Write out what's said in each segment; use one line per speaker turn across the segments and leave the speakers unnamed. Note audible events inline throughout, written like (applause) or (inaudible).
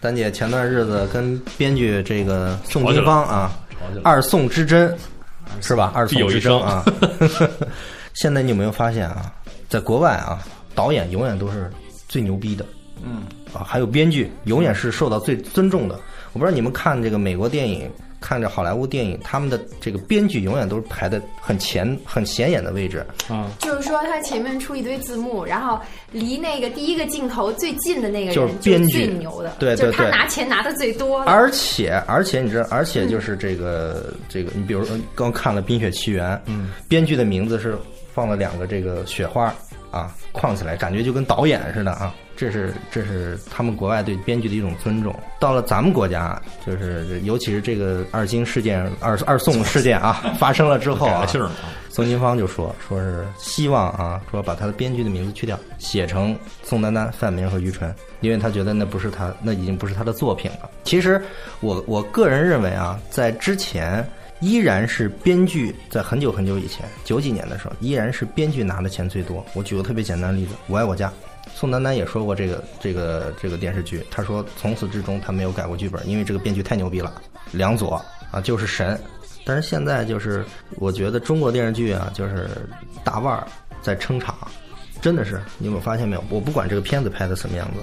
丹姐前段日子跟编剧这个宋
吵起
金
来
芳啊，
吵起来
二宋之争是吧？二
必
宋
有
之
一
争
(laughs)
啊。现在你有没有发现啊，在国外啊，导演永远都是最牛逼的，
嗯，
啊，还有编剧永远是受到最尊重的。我不知道你们看这个美国电影，看这好莱坞电影，他们的这个编剧永远都是排的很前、很显眼的位置。
啊，
就是说，它前面出一堆字幕，然后离那个第一个镜头最近的那个人
就是编剧
最牛的，
对对
就是他
对
拿钱拿的最多的。
而且，而且你知道，而且就是这个、这个，你比如说刚看了《冰雪奇缘》，嗯，编剧的名字是放了两个这个雪花啊框起来，感觉就跟导演似的啊。这是这是他们国外对编剧的一种尊重。到了咱们国家，就是尤其是这个二京事件、二二宋事件啊发生了之后
改
啊
了，姓儿了啊。
宋金芳就说，说是希望啊，说把他的编剧的名字去掉，写成宋丹丹、范明和于纯，因为他觉得那不是他，那已经不是他的作品了。其实我我个人认为啊，在之前依然是编剧，在很久很久以前，九几年的时候，依然是编剧拿的钱最多。我举个特别简单的例子，《我爱我家》。宋丹丹也说过这个这个这个电视剧，她说从始至终她没有改过剧本，因为这个编剧太牛逼了，梁左啊就是神。但是现在就是我觉得中国电视剧啊，就是大腕儿在撑场，真的是你有没有发现没有？我不管这个片子拍的什么样子，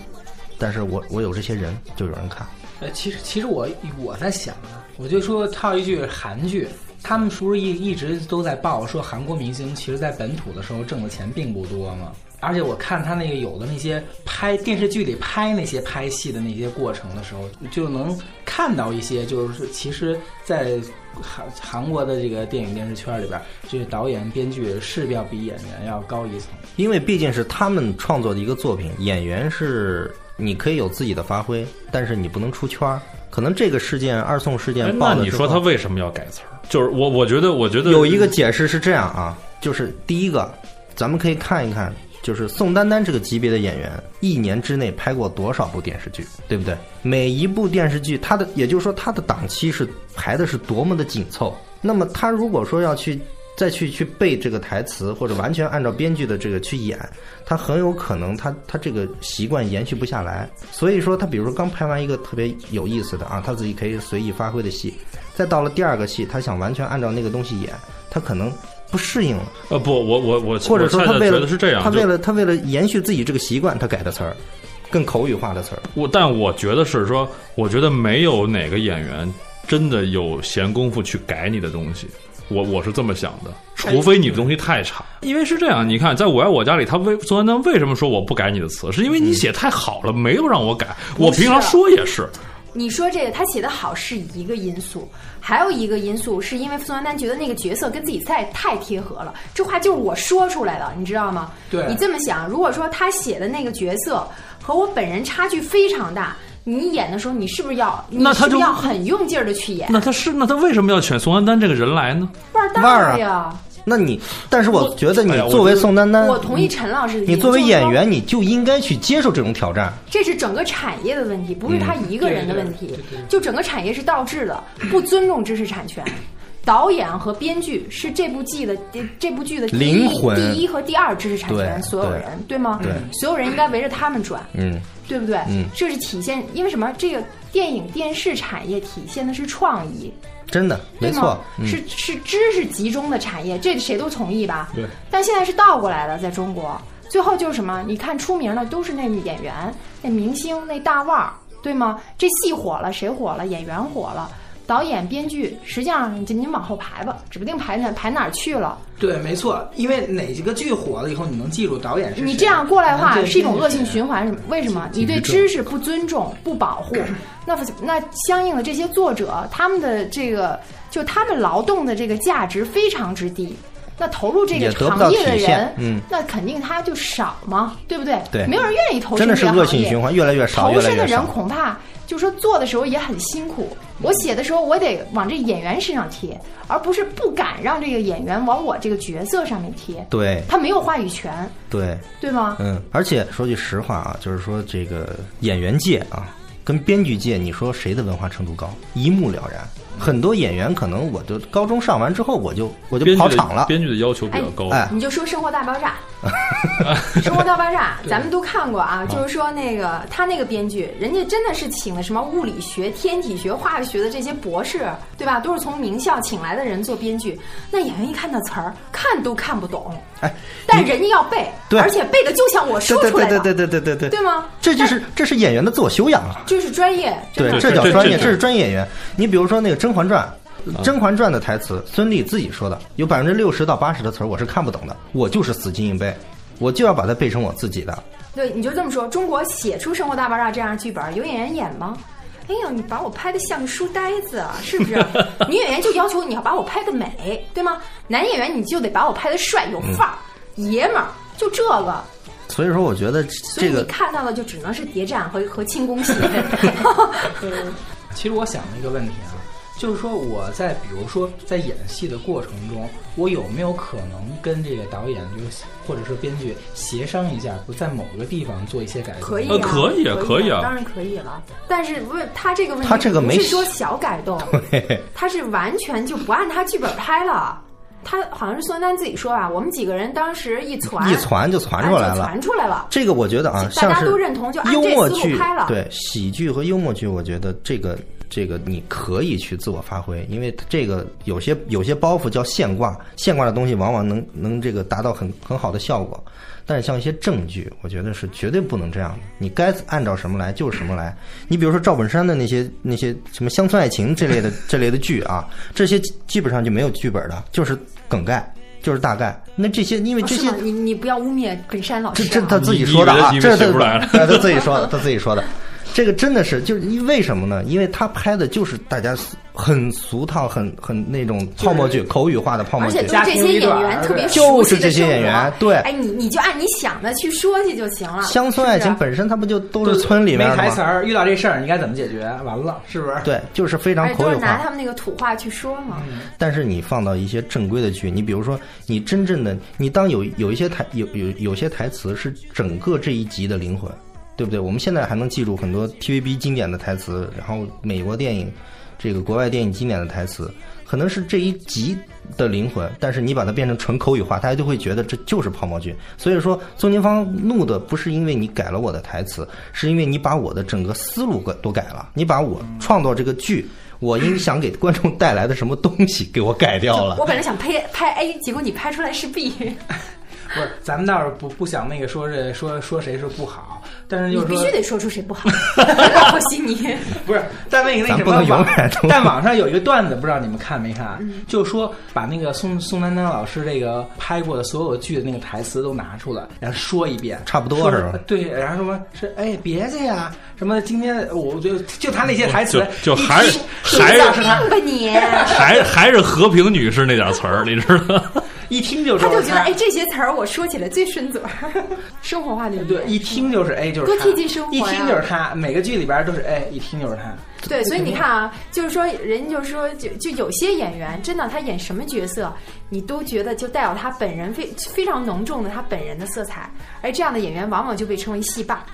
但是我我有这些人就有人看，
呃，其实其实我我在想啊，我就说套一句韩剧，他们不是一一直都在报说韩国明星其实在本土的时候挣的钱并不多吗？而且我看他那个有的那些拍电视剧里拍那些拍戏的那些过程的时候，就能看到一些就是说其实，在韩韩国的这个电影电视圈里边，这个导演编剧是要比演员要高一层。
因为毕竟是他们创作的一个作品，演员是你可以有自己的发挥，但是你不能出圈儿。可能这个事件二宋事
哎
件
那
爆了
你
之
说
后
他为什么要改词儿？就是我，我觉得，我觉得
有一个解释是这样啊，就是第一个，咱们可以看一看，就是宋丹丹这个级别的演员，一年之内拍过多少部电视剧，对不对？每一部电视剧，他的也就是说他的档期是排的是多么的紧凑。那么他如果说要去再去去背这个台词，或者完全按照编剧的这个去演，他很有可能他他这个习惯延续不下来。所以说他比如说刚拍完一个特别有意思的啊，他自己可以随意发挥的戏，再到了第二个戏，他想完全按照那个东西演，他可能不适应了，
呃，不，我我我，
或者说
我
他
现在
为
觉
了
得是这样，
他
就
为了他为了延续自己这个习惯，他改的词儿，更口语化的词儿。
我，但我觉得是说，我觉得没有哪个演员真的有闲工夫去改你的东西。我我是这么想的，除非你的东西太差，因为是这样。你看，在我爱我家里，他为宋丹丹为什么说我不改你的词，是
嗯
因为你写太好了，没有让我改。我平
啊
常说也是，
你说这个他写的好是一个因素，还有一个因素是因为宋丹丹觉得那个角色跟自己太太贴合了，这话就是我说出来的，你知道吗？
对
你这么想，如果说他写的那个角色和我本人差距非常大，你演的时候你是不是要，你
那
是
他
不
就是
要很用劲儿的去演？
那他是那他为什么要选宋丹丹这个人来呢？
腕儿
腕儿
大
啊
呀！
那你，但是我觉得你
哎呀我
作为
觉得
宋丹丹，
我同意陈老师的意
你
见，
作为
就是说
演，员，你就应该去接受这种挑战。
这是整个产业的问题，不是他
嗯
一个人的问
对
题
对对对对，
就整个产业是倒置的，不尊重知识产权。导演和编剧是这部剧的这部剧的第一
灵魂
第一和第二知识产权，
对
所有
对
人对吗？
对
所有人应该围着他们转，
嗯，
对不对？
嗯
这是体现，因为什么？这个电影电视产业体现的是创意，
真的
对
没
吗
错，嗯
是是知识集中的产业，这谁都同意吧？
对。
但现在是倒过来了，在中国，最后就是什么？你看出名了都是那演员、那明星、那大腕儿，对吗？这戏火了，谁火了？演员火了，导演、编剧，实际上您您往后排吧，指不定排哪排哪儿去了。
对，没错，因为哪几个剧火了以后，你能记住导演是谁。
你这样过来的
能
话，
对
是一种
编剧
恶性
谁
循环。什么？为什么？你对知识不尊重、不保护，那那相应的这些作者，他们的这个就他们劳动的这个价值非常之低。那投入这个
也得不
行
到
业的
体现
人，
嗯
那肯定他就少嘛，对不对？
对
没有人愿意投身
真的是
这个
恶
行
性
业
循环，越来越少，
投
越来
身的
越
人
少。
恐怕就说做的时候也很辛苦。我写的时候，我得往这演员身上贴，而不是不敢让这个演员往我这个角色上面贴。
对
他没有话语权，
对，
对吗？
嗯，而且说句实话啊，就是说这个演员界啊，跟编剧界，你说谁的文化程度高，一目了然。很多演员可能我就高中上完之后，我就我就
编剧
跑
的
场了。
编剧的要求比较高，
哎 (laughs)
你就说《生活大爆炸》， 《生活大爆炸》，咱们都看过啊。就是说，那个他那个编剧，人家真的是请的什么物理学、天体学、化学的这些博士，对吧？都是从名校请来的人做编剧。那演员一看那词儿，看都看不懂，
哎，
但
你
人家要背，
对
而且背的就像我说
对
出来
对
的，
对对对对对对
对吗？
这就是这是演员的自我修养啊。
这是专业，真
对
啊的，
这叫
这
专业，
这
这是专业演员。你比如说那个《甄嬛传》，《甄嬛传》的台词，孙俪自己说的，有百分之六十到八十的词儿我是看不懂的，我就是死记硬背，我就要把它背成我自己的。
对，你就这么说，中国写出《生活大爆炸》这样的剧本，有演员演吗？哎呦，你把我拍的像个书呆子，啊，是
(laughs)
不是？女演员就要求你要把我拍的美，对吗？男演员你就得把我拍的帅，有范儿，
嗯
爷们儿，就这个。
所以说，我觉得
所
这
以你
个
看到的就只能是谍战和和
(laughs)
庆功戏。 (laughs)
其实我想了一个问题啊，就是说我在比如说在演戏的过程中，我有没有可能跟这个导演就是或者是编剧协商一下，不在某个地方做一些改动？
可以、
呃
啊，
可以啊可以啊
当然可以了。但是问他这个问题，
他这个没
不是说小改
(laughs)
动，
(laughs)
他是完全就不按他剧本拍了。他好像是宋丹丹自己说吧，啊我们几个人当时一传
一传就
啊
传出来了
就传。出来了。
这个我觉得啊，
大
像
家
是
都认同，就按
幽
这
默
思
剧
路拍了。
对喜剧和幽默剧，我觉得这个这个你可以去自我发挥，因为这个有些有些包袱叫现挂，现挂的东西往往能能这个达到很很好的效果。但是像一些正剧，我觉得是绝对不能这样的。你该按照什么来就是什么来。你比如说赵本山的那些那些什么乡村爱情这类的 (laughs) 这类的剧啊，这些基本上就没有剧本的，就是梗概，就是大概。那这些因为
哦
这
是
些
吗你你不要污蔑本山老师、
这
啊。
这他自己说的啊，
你以为
这
你以为写
这
不来了
哎他自己说的，他自己说的。这个真的是，就是因为什么呢？因为他拍的就是大家俗很俗套、很很那种泡沫剧、口语化的泡沫
而
剧
且。啊都这些演员特别
就
熟
是
悉
这
的
些演员
生活
对
哎，你你就按你想的去说去就行了。
乡村爱
是啊
情
不是
本身它不就都
就是
村里面的
没台词
吗？
儿，遇到这事儿你该怎么解决？完了，是不是？
对，就是非常
哎，
口
都
语
是拿
化。嗯
他们那个土话去说嘛。
但是你放到一些正规的剧，你比如说，你真正的，你当有有一些台有有有些台词是整个这一集的灵魂，对不对？我们现在还能记住很多 TVB 经典的台词，然后美国电影、这个国外电影经典的台词，可能是这一集的灵魂，但是你把它变成纯口语化，大家就会觉得这就是泡沫剧。所以说，宗金芳怒的不是因为你改了我的台词，是因为你把我的整个思路给都改了，你把我创造这个剧。我应想给观众带来的什么东西给我改掉了
我？本来想拍拍 A，结果你拍出来是 B，
不是，咱们倒是不不想那个说这说说谁是不好，但是
你
就是
必
说
须得说出谁不
(laughs)
好，我稀泥。
不是，但那个那
咱
什
不
么
能永
网
远都，
但网上有一个段子，不知道你们看没看，
嗯
就说把那个宋宋丹丹老师这个拍过的所有剧的那个台词都拿出来，然后说一遍，
差不多
说
是吧
对，然后什么是哎别介呀，什么今天我就就他那些台词，
就就
一
还
提
还
你
是
咋弄吧嗯你？
还还是和平女士那点词儿，你知道？
一听就知
他
道
就是觉得哎，这些词儿我说起来最顺嘴儿， (laughs) 生活化的语言
对，一听就是哎就是
多
他
贴近生活
一
呀
听就是他，每个剧里边都是哎，一听就是他。
对，所以你看啊，就是说，人家就是说，就就有些演员，真的他演什么角色，你都觉得就带有他本人非非常浓重的他本人的色彩，而这样的演员往往就被称为戏霸。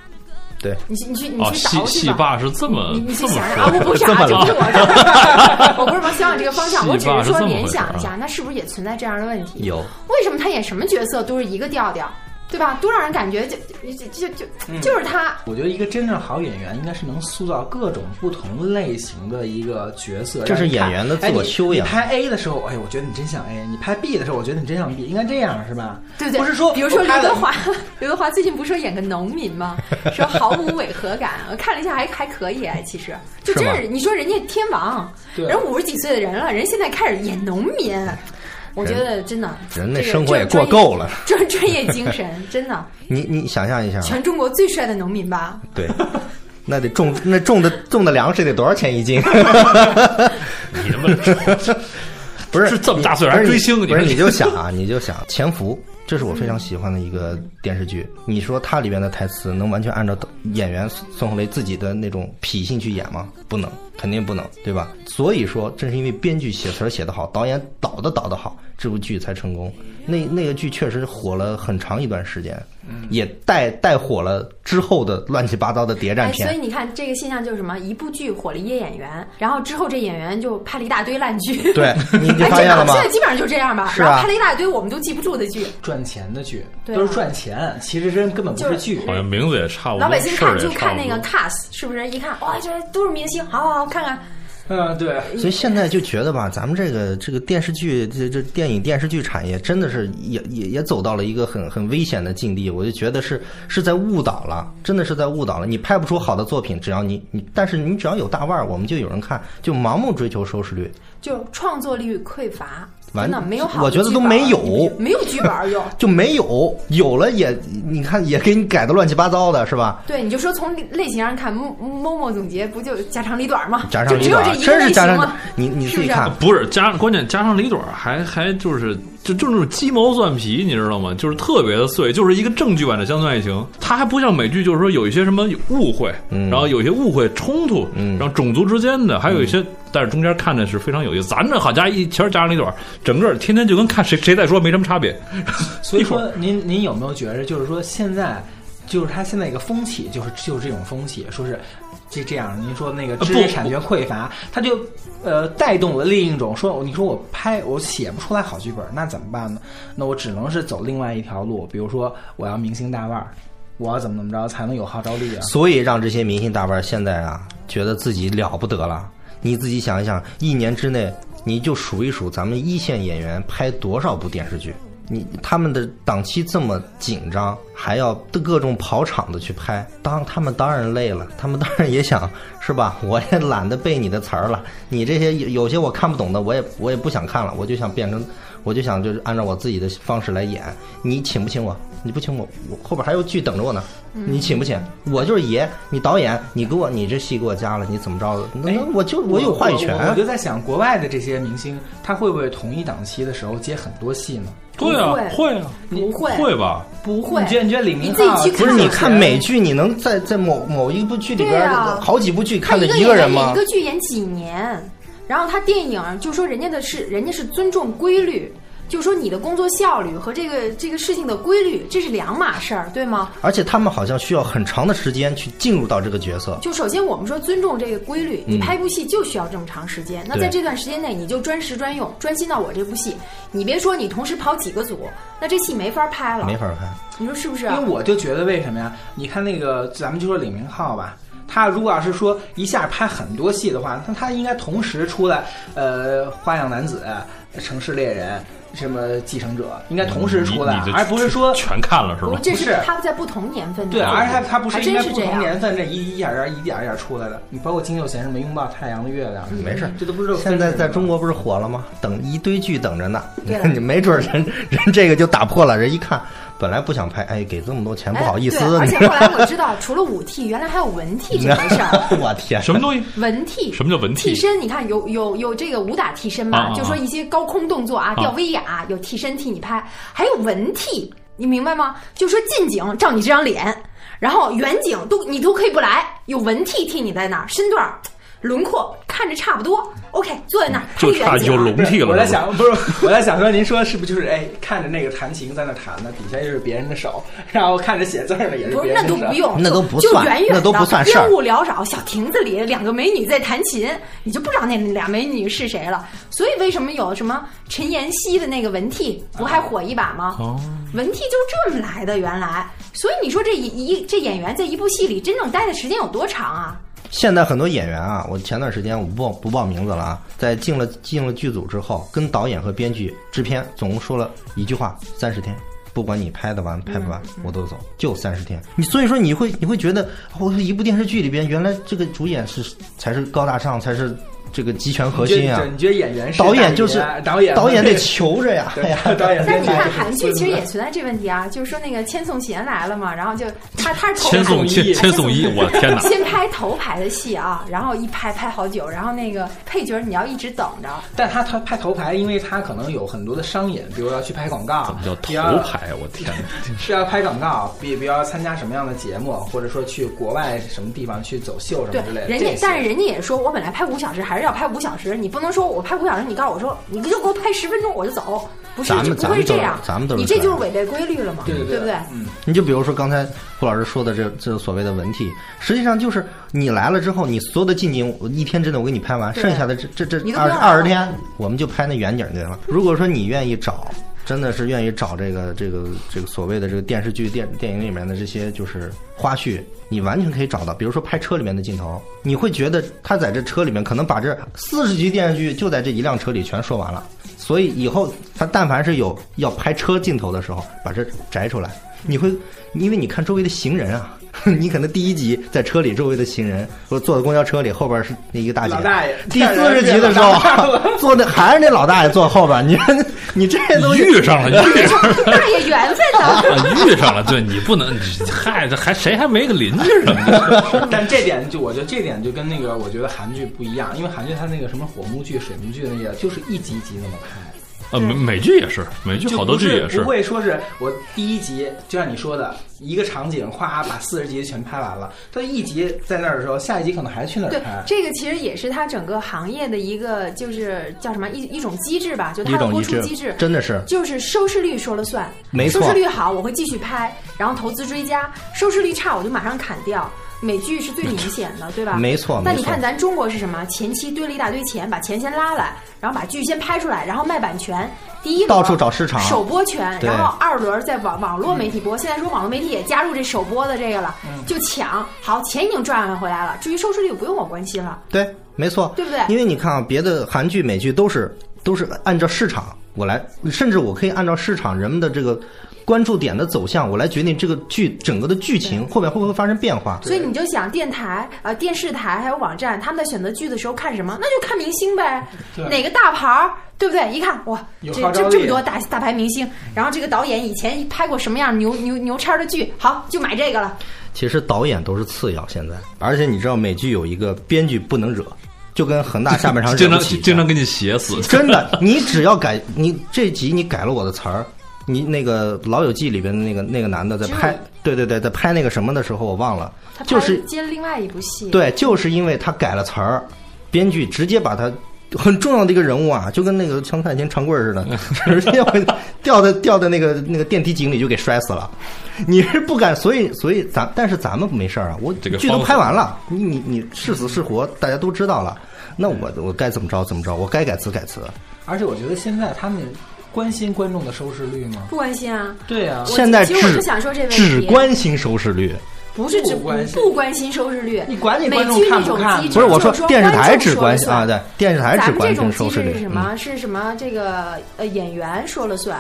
对，
你去你去你
哦，
去
戏
找去
戏
吧。
霸是这么
你你
这
去
么
想想
说
啊，我不是
这么
啊，就
聊
不是 (laughs) 我，我不是往想往这个
(laughs)
方向，我只
戏霸是
说
这么
联
回事啊
想一下，那是不是也存在这样的问题？
有
为什么他演什么角色都是一个调调，对吧？都让人感觉就就就就
嗯
就是他，
我觉得一个真正好演员应该是能塑造各种不同类型的一个角色，
这是
让你看
演员的自我修养
哎你你拍 A 的时候，哎，我觉得你真像 A；你拍 B 的时候，我觉得你真像 B，应该这样是吧？
对不对？
不是说
比如说
我
刘
拍了
德华， (laughs) 刘德华最近不是说演个农民吗？说毫无违和感，我看了一下还还可以哎，其实就真
是
是你说人家天王，
对
人五十几岁的人了，人现在开始演农民，我觉得真的，
人那
这个
生活也
这个
过够了。
专业，专专业精神真的，
你你想象一下，啊
全中国最帅的农民吧？
对，那得种那种的种的粮食得多少钱一斤？
你他妈
不是
是这么大岁数
不是
还追
你
星你
不是
看
你就想啊， (laughs) 你就想《潜伏》，这是我非常喜欢的一个电视剧。你说它里边的台词能完全按照演员宋红雷自己的那种脾性去演吗？不能。肯定不能，对吧？所以说，正是因为编剧写词儿写得好，导演导的导得好，这部剧才成功。那那个剧确实火了很长一段时间，
嗯
也带带火了之后的乱七八糟的谍战
哎，
片
所以。你看这个现象就是什么？一部剧火了一个演员，然后之后这演员就拍了一大堆烂剧。 (laughs)
对，你你
哎，
发
真
现
的
了吗
现？在基本上就这样吧，
是啊
然后拍了一大堆我们都记不住的剧，
赚钱的剧，
对啊
都是赚钱，其实真根本不是剧。
好像名字也差不多，
老百姓
事儿
看
也
就
差
看
不
那
多
个 cast 是不是？一看哇，这都是明星，好好好看啊看。
嗯，对，
所以现在就觉得吧，咱们这个这个电视剧、这这电影电视剧产业，真的是也也也走到了一个很很危险的境地。我就觉得是是在误导了，真的是在误导了。你拍不出好的作品，只要你你，但是你只要有大腕儿，我们就有人看，就盲目追求收视率，
就创作力匮乏，
完
真的没有好的
我觉得都没有
剧本儿没有剧本儿有。 (laughs)
就没有有了也你看也给你改的乱七八糟的，是吧？
对，你就说从类型上看，某某某总结不就家长里短儿吗？
家长里
就只有
短儿，
这一个
真是
类
家
型
长
吗？，
你你
是
自己
不是啊
看。
不是加，关键加上李朵儿还还就是就就那种鸡毛蒜皮，你知道吗？就是特别的碎，就是一个正剧版的《乡村爱情》，它还不像美剧，就是说有一些什么误会，
嗯
然后有一些误会冲突，
嗯
然后种族之间的，还有一些，但是中间看的是非常有意思。咱这好加一全是加上李朵儿，整个天天就跟看谁谁在说没什么差别。
所以说您您有没有觉着，就是说现在，就是他现在一个风气，就是就是这种风气，说是。这这样，您说那个知识
不
产权匮乏，他就呃带动了另一种说，你说我拍我写不出来好剧本，那怎么办呢？那我只能是走另外一条路，比如说我要明星大腕儿，我要怎么怎么着才能有号召力啊？
所以让这些明星大腕儿现在啊，觉得自己了不得了。你自己想一想，一年之内你就数一数，咱们一线演员拍多少部电视剧？你他们的档期这么紧张，还要各种跑场子去拍，当他们当然累了，他们当然也想是吧？我也懒得背你的词儿了，你这些有有些我看不懂的，我也我也不想看了，我就想变成，我就想就是按照我自己的方式来演。你请不请我？你不请我，我后边还有剧等着我呢。
嗯
你请不请？我就是爷，你导演，你给我你这戏给我加了，你怎么着？那
哎
那我就我有话语权
我我我就在想，国外的这些明星，他会不会同一档期的时候接很多戏呢？
不
对啊
会，
会啊，
不会
会吧？
不会
你觉得你觉得李明
你自己
浩
去
不是
看
你
了
看美剧，你能在在某某一部剧里边
对啊
好几部剧看着
他
一
个
个人
演
吗
一？个剧演几年，然后他电影就说人家的是人家是尊重规律。就说你的工作效率和这个这个事情的规律，这是两码事儿，对吗？
而且他们好像需要很长的时间去进入到这个角色。
就首先我们说尊重这个规律，你拍一部戏就需要这么长时间。那
嗯
在
对
这段时间内，你就专时专用，专心到我这部戏。你别说你同时跑几个组，那这戏没法拍了。
没法看，
你说是不是？啊
因为我就觉得为什么呀？你看那个，咱们就说李明浩吧，他如果要是说一下拍很多戏的话，那他应该同时出来，呃，《花样男子》《城市猎人》什么《继承者》，应该同时出来，
嗯你你这
而不是说
全看了是
不
吧
是，？这
不是
他在不同年份的
对，
时候
而且他他不
还
是
真
应该
是
不
这
同
样。
年份这一一点儿一点儿一点儿一点儿出来的。你包括金秀贤什么《拥抱太阳的月亮》，
嗯
没事。
这都不是
现在在中国不是火了吗？等一堆剧等着呢，你 (laughs) 没准儿人人这个就打破了。人一看，本来不想拍，哎，给这么多钱不好意
哎对
思，
而
你
且后来我知道，除了武替，原来还有文替这回事
(laughs)
儿。
我天，
什么
(laughs)
东西？
文替
什么叫文替
替身？你看有有有这个武打替身
啊啊
嘛，
啊
就说一些高空动作啊，吊威亚有替身替你拍，还有文替，你明白吗？就说近景照你这张脸，然后远景都你都可以不来，有文替替你在那儿，身段儿、轮廓看着差不多，OK，坐在那儿拍
就差
远景
有
(laughs)
儿。
笼屉了。
我在
是吧，
想，不是我在想说，您说是不是就是哎，看着那个弹琴在那弹呢，底下又是别人的手，然后看着写字儿的也是
不是，
别人
那
的
都
手。
不用，
那
就
都不
就
算
远远的
那都不算事儿
烟雾缭绕，小亭子里两个美女在弹琴，你就不知道那俩美女是谁了。所以为什么有什么陈妍希的那个文替不还火一把吗？
哦
文替就这么来的，原来。所以你说这一一这演员在一部戏里真正待的时间有多长啊？
现在很多演员啊，我前段时间我不报不报名字了啊，在进了进了剧组之后，跟导演和编剧、制片总共说了一句话：三十天，不管你拍得完拍不完，
嗯
我都走，就三十天。你所以说你哦会你会觉得，我、一部电视剧里边原来这个主演是才是高大上，才是这个集权核心啊
你觉得。你觉得演员是啊
导演就是
(laughs)
导演，
导演得求着呀，哎
对
呀，
(laughs) 导演
但
编
你
剧
看韩剧其实也存在这问题啊，就是说那个千颂贤来了嘛，然后就他他是头
千
牌
颂千千颂伊，我天
(laughs)
哪！
先拍头牌的戏啊，然后一拍拍好久，然后那个配角你要一直等着，
但他他拍头牌，因为他可能有很多的商演，比如要去拍广告，
怎么叫
第二
头牌？我天哪！
是 (laughs) 要拍广告，比比如要参加什么样的节目，或者说去国外什么地方去走秀什
对
么之类的。，
人家
这些
但是人家也说，我本来拍五小时，还是要拍五小时。你不能说我拍五小时，你告诉我说你就给我拍十分钟我就走，不是
咱们
就不会这样。
咱们都是咱们都是
你这就是
这样
违背规律了嘛，
对对
不
对
对？
嗯，
你就比如说刚才顾老师说的这这所谓的文体，实际上就是你来了之后，你所有的近景我一天之内我给你拍完，
对
剩下的这这
你
这
都不
二
要
二十天我们就拍那远景去了。如果说你愿意找，真的是愿意找这个这个这个所谓的这个电视剧电电影里面的这些就是花絮，你完全可以找到。比如说拍车里面的镜头，你会觉得他在这车里面可能把这四十集电视剧就在这一辆车里全说完了。所以以后他但凡是有要拍车镜头的时候，把这摘出来，你会因为你看周围的行人啊， (laughs) 你可能第一集在车里周围的行人，或者坐在公交车里后边是那一个大姐，
老大爷
第四十集的时候
老大
(laughs)
爷 (laughs)
坐的还是那老大爷坐后边，你你这东西
遇上
(laughs)
了，遇上了，
大爷缘分呢？
遇上了！对你不能，你嗨，这还谁还没个邻居什
(laughs)
么的？
但这点就我觉得这点就跟那个我觉得韩剧不一样，因为韩剧它那个什么火幕剧、水幕剧那些，就是一集一集那么拍。
呃，美美剧也是，美剧
就
好多
不
剧
是
也是
不。会说是我第一集就像你说的一个场景，哗把四十集全拍完了。他一集在那儿的时候，下一集可能还去那儿
对
嗯
拍，。
这个其实也是它整个行业的一个就是叫什么一一种机制吧，就它
一
的
种
播
一
出
致
机制。
真的是
就是收视率说了算，
没错
收视率好我会继续拍，然后投资追加；收视率差我就马上砍掉。美剧是最明显的，对吧？
没错没错
那你看咱中国是什么？前期堆了一大堆钱，把钱先拉来，然后把剧先拍出来，然后卖版权。第一轮
到处找市场
首播权，
对
然后二轮在网网络媒体播。现在说网络媒体也加入这首播的这个了，就抢。好，钱已经赚回来了，至于收视率不用我关心了。
对，没错，
对不对
因为你看啊，别的韩剧、美剧都是都是按照市场我来，甚至我可以按照市场人们的这个关注点的走向，我来决定这个剧整个的剧情后面会不会发生变化。
所以你就想电台、呃电视台还有网站，他们在选择剧的时候看什么？那就看明星呗，
对
哪个大牌儿，对不对？一看哇，
有
这
号召
这
力
这么多大大牌明星，然后这个导演以前拍过什么样牛牛牛叉的剧，好就买这个了。
其实导演都是次要，现在，而且你知道美剧有一个编剧不能惹，就跟恒大下半场
经
惹
常
不起一样
经常给你写 (laughs) 死，
真的，你只要改你这集你改了我的词儿，你那个《老友记》里边的那个那个男的在拍
知道，
对对对，在拍那个什么的时候我忘了
他，拍
就是
接另外一部戏，，
对，就是因为他改了词儿，编剧直接把他很重要的一个人物啊，就跟那个香菜前长棍儿似的，直接会掉在掉在那个那个电梯井里就给摔死了。 (laughs) 你是不敢，所以所以咱但是咱们没事儿啊，我
这个
剧都
方法
拍完了，你你你是死是活大家都知道了，那我我该怎么着怎么着，我该改词改词。
而且我觉得现在他们关心观众的收视率吗？
不关心啊。
对啊，
现在
其实我
只
是想说这问题
只关心收视率，
不是只
不关心
不关心收视率，
你管你
美
观众
剧那
看不
种
看
机
不
制，
不是我
说
电视台只关
关
心啊，
对。
对，电视台只
咱们
关
这
心
种机
收视
制
率
是什
嗯
么？是什么？这个呃，演员说了腕，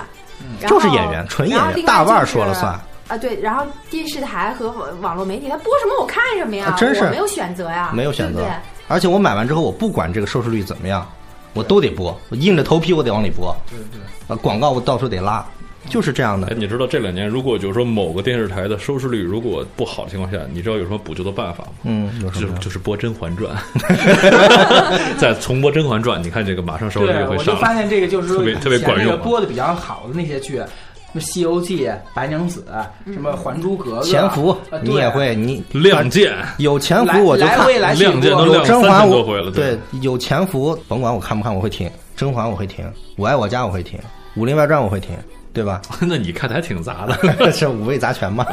然
嗯就是
后
演员纯演
然后
员
另
大
外就
腕儿
是
说了算
啊。对，然后电视台和网网络媒体，他播什么我看什么呀
啊，真是
我没有选择呀，
没有选
对
择
不对。
而且我买完之后，我不管这个收视率怎么样，我都得播，我硬着头皮我得往里播，
对对。
呃，广告我到处得拉，就是这样
哎，
的。
你知道这两年，如果就是说某个电视台的收视率如果不好的情况下，你知道有什么补救的办法吗？
嗯，有
就
什
是
么？
就是播《甄嬛传》， (laughs) 再重播《甄嬛传》，你看这个马上收视率
对，
会
我就
上
发
来。
现这个就是说
特别特别
以前
管
那
用
个
啊
播的比较好的那些剧，什么《西游记》《白娘子》
嗯
什么《还珠格格》
潜
啊
伏
呃
你也会，你
亮剑，
有潜
来
伏我就
来
看，
回来去
亮剑
播
都亮
甄
三
嬛
千
我
多回了对
对有潜伏，甭管我看不看，我会听甄嬛，我会听我爱我家，我会听武林外传，我会听，对吧？
那你看的还挺杂
(laughs)
的。
是五味杂陈嘛。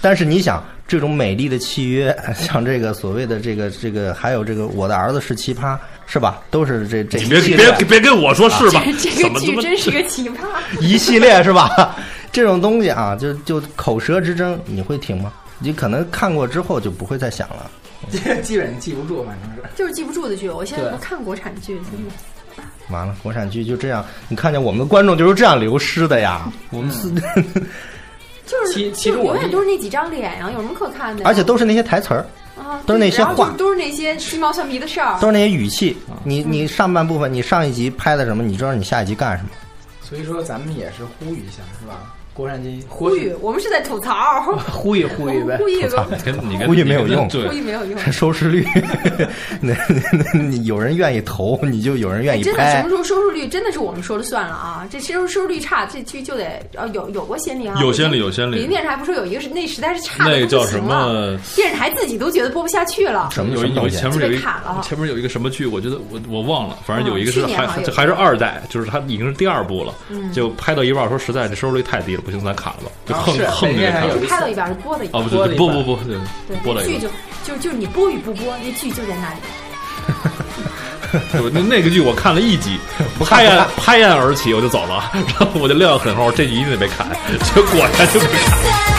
但是你想，这种美丽的契约，像这个所谓的这个这个，还有这个我的儿子是奇葩，是吧？都是这这
你
一
别
系列
别别跟我说是吧？怎么这么
是个奇葩。
一系列是吧？ (laughs) 这种东西啊，就就口舌之争，你会听吗？你可能看过之后就不会再想了。
(laughs) 基本记不住，反正是。
(laughs) 就是记不住的剧，我现在
对
不看国产剧，真的。
完了，国产剧就这样，你看见我们的观众就是这样流失的呀。我们是，
就是
其其
就
实
是
我
永远
是
都是那几张脸呀、有什么可看的呀？
而且都是那些台词儿，
啊，
都是那些
然后就
话
都是那些鸡毛蒜皮的事儿。
都是那些语气。你你上半部分，你上一集拍的什么，你知道你下一集干什么。
所以说咱们也是呼吁一下，是吧？郭善金
呼吁，我们是在吐槽，
呼吁呼吁呗
呼。吁吧，
跟你跟
估计没有
你跟
用
呼吁
对，
没有用。
(laughs) 收视率，那那那你有人愿意投，你就有人愿意
哎真的，什
拍
么时。候收视率真的是我们说了算了啊！这收收视率差，这剧就得呃有有过先例啊，
有先例有先
北
例
京。电视台不是有一个是那实在是差的
那个叫
不
什
行了，
么？
电视台自己都觉得播不下去了。
什么
有
什
一
么
有
东
一
西
前面有一
就被砍了啊
前面有一个什么剧，我觉得我我忘了，反正有一个是
嗯去年
还
好像
还
有
还是二代，就是它已经是第二部了，就拍到一半说实在这收视率太低了，不行咱砍了吧，就
啊
横
是
横着给
北电台
砍
有
了
一。
拍到一半儿就播了一半
哦
儿，
不对
播了一
不不
半
不，对
对，
播了
剧
一
就就就是你播与不播，那剧就在那里。
个， (laughs) 就那那个剧我看了一集，拍案 (laughs) 拍案而起我就走了，然后我就撂狠话，我这集一定得被砍，结果果然就被砍。
Superstar.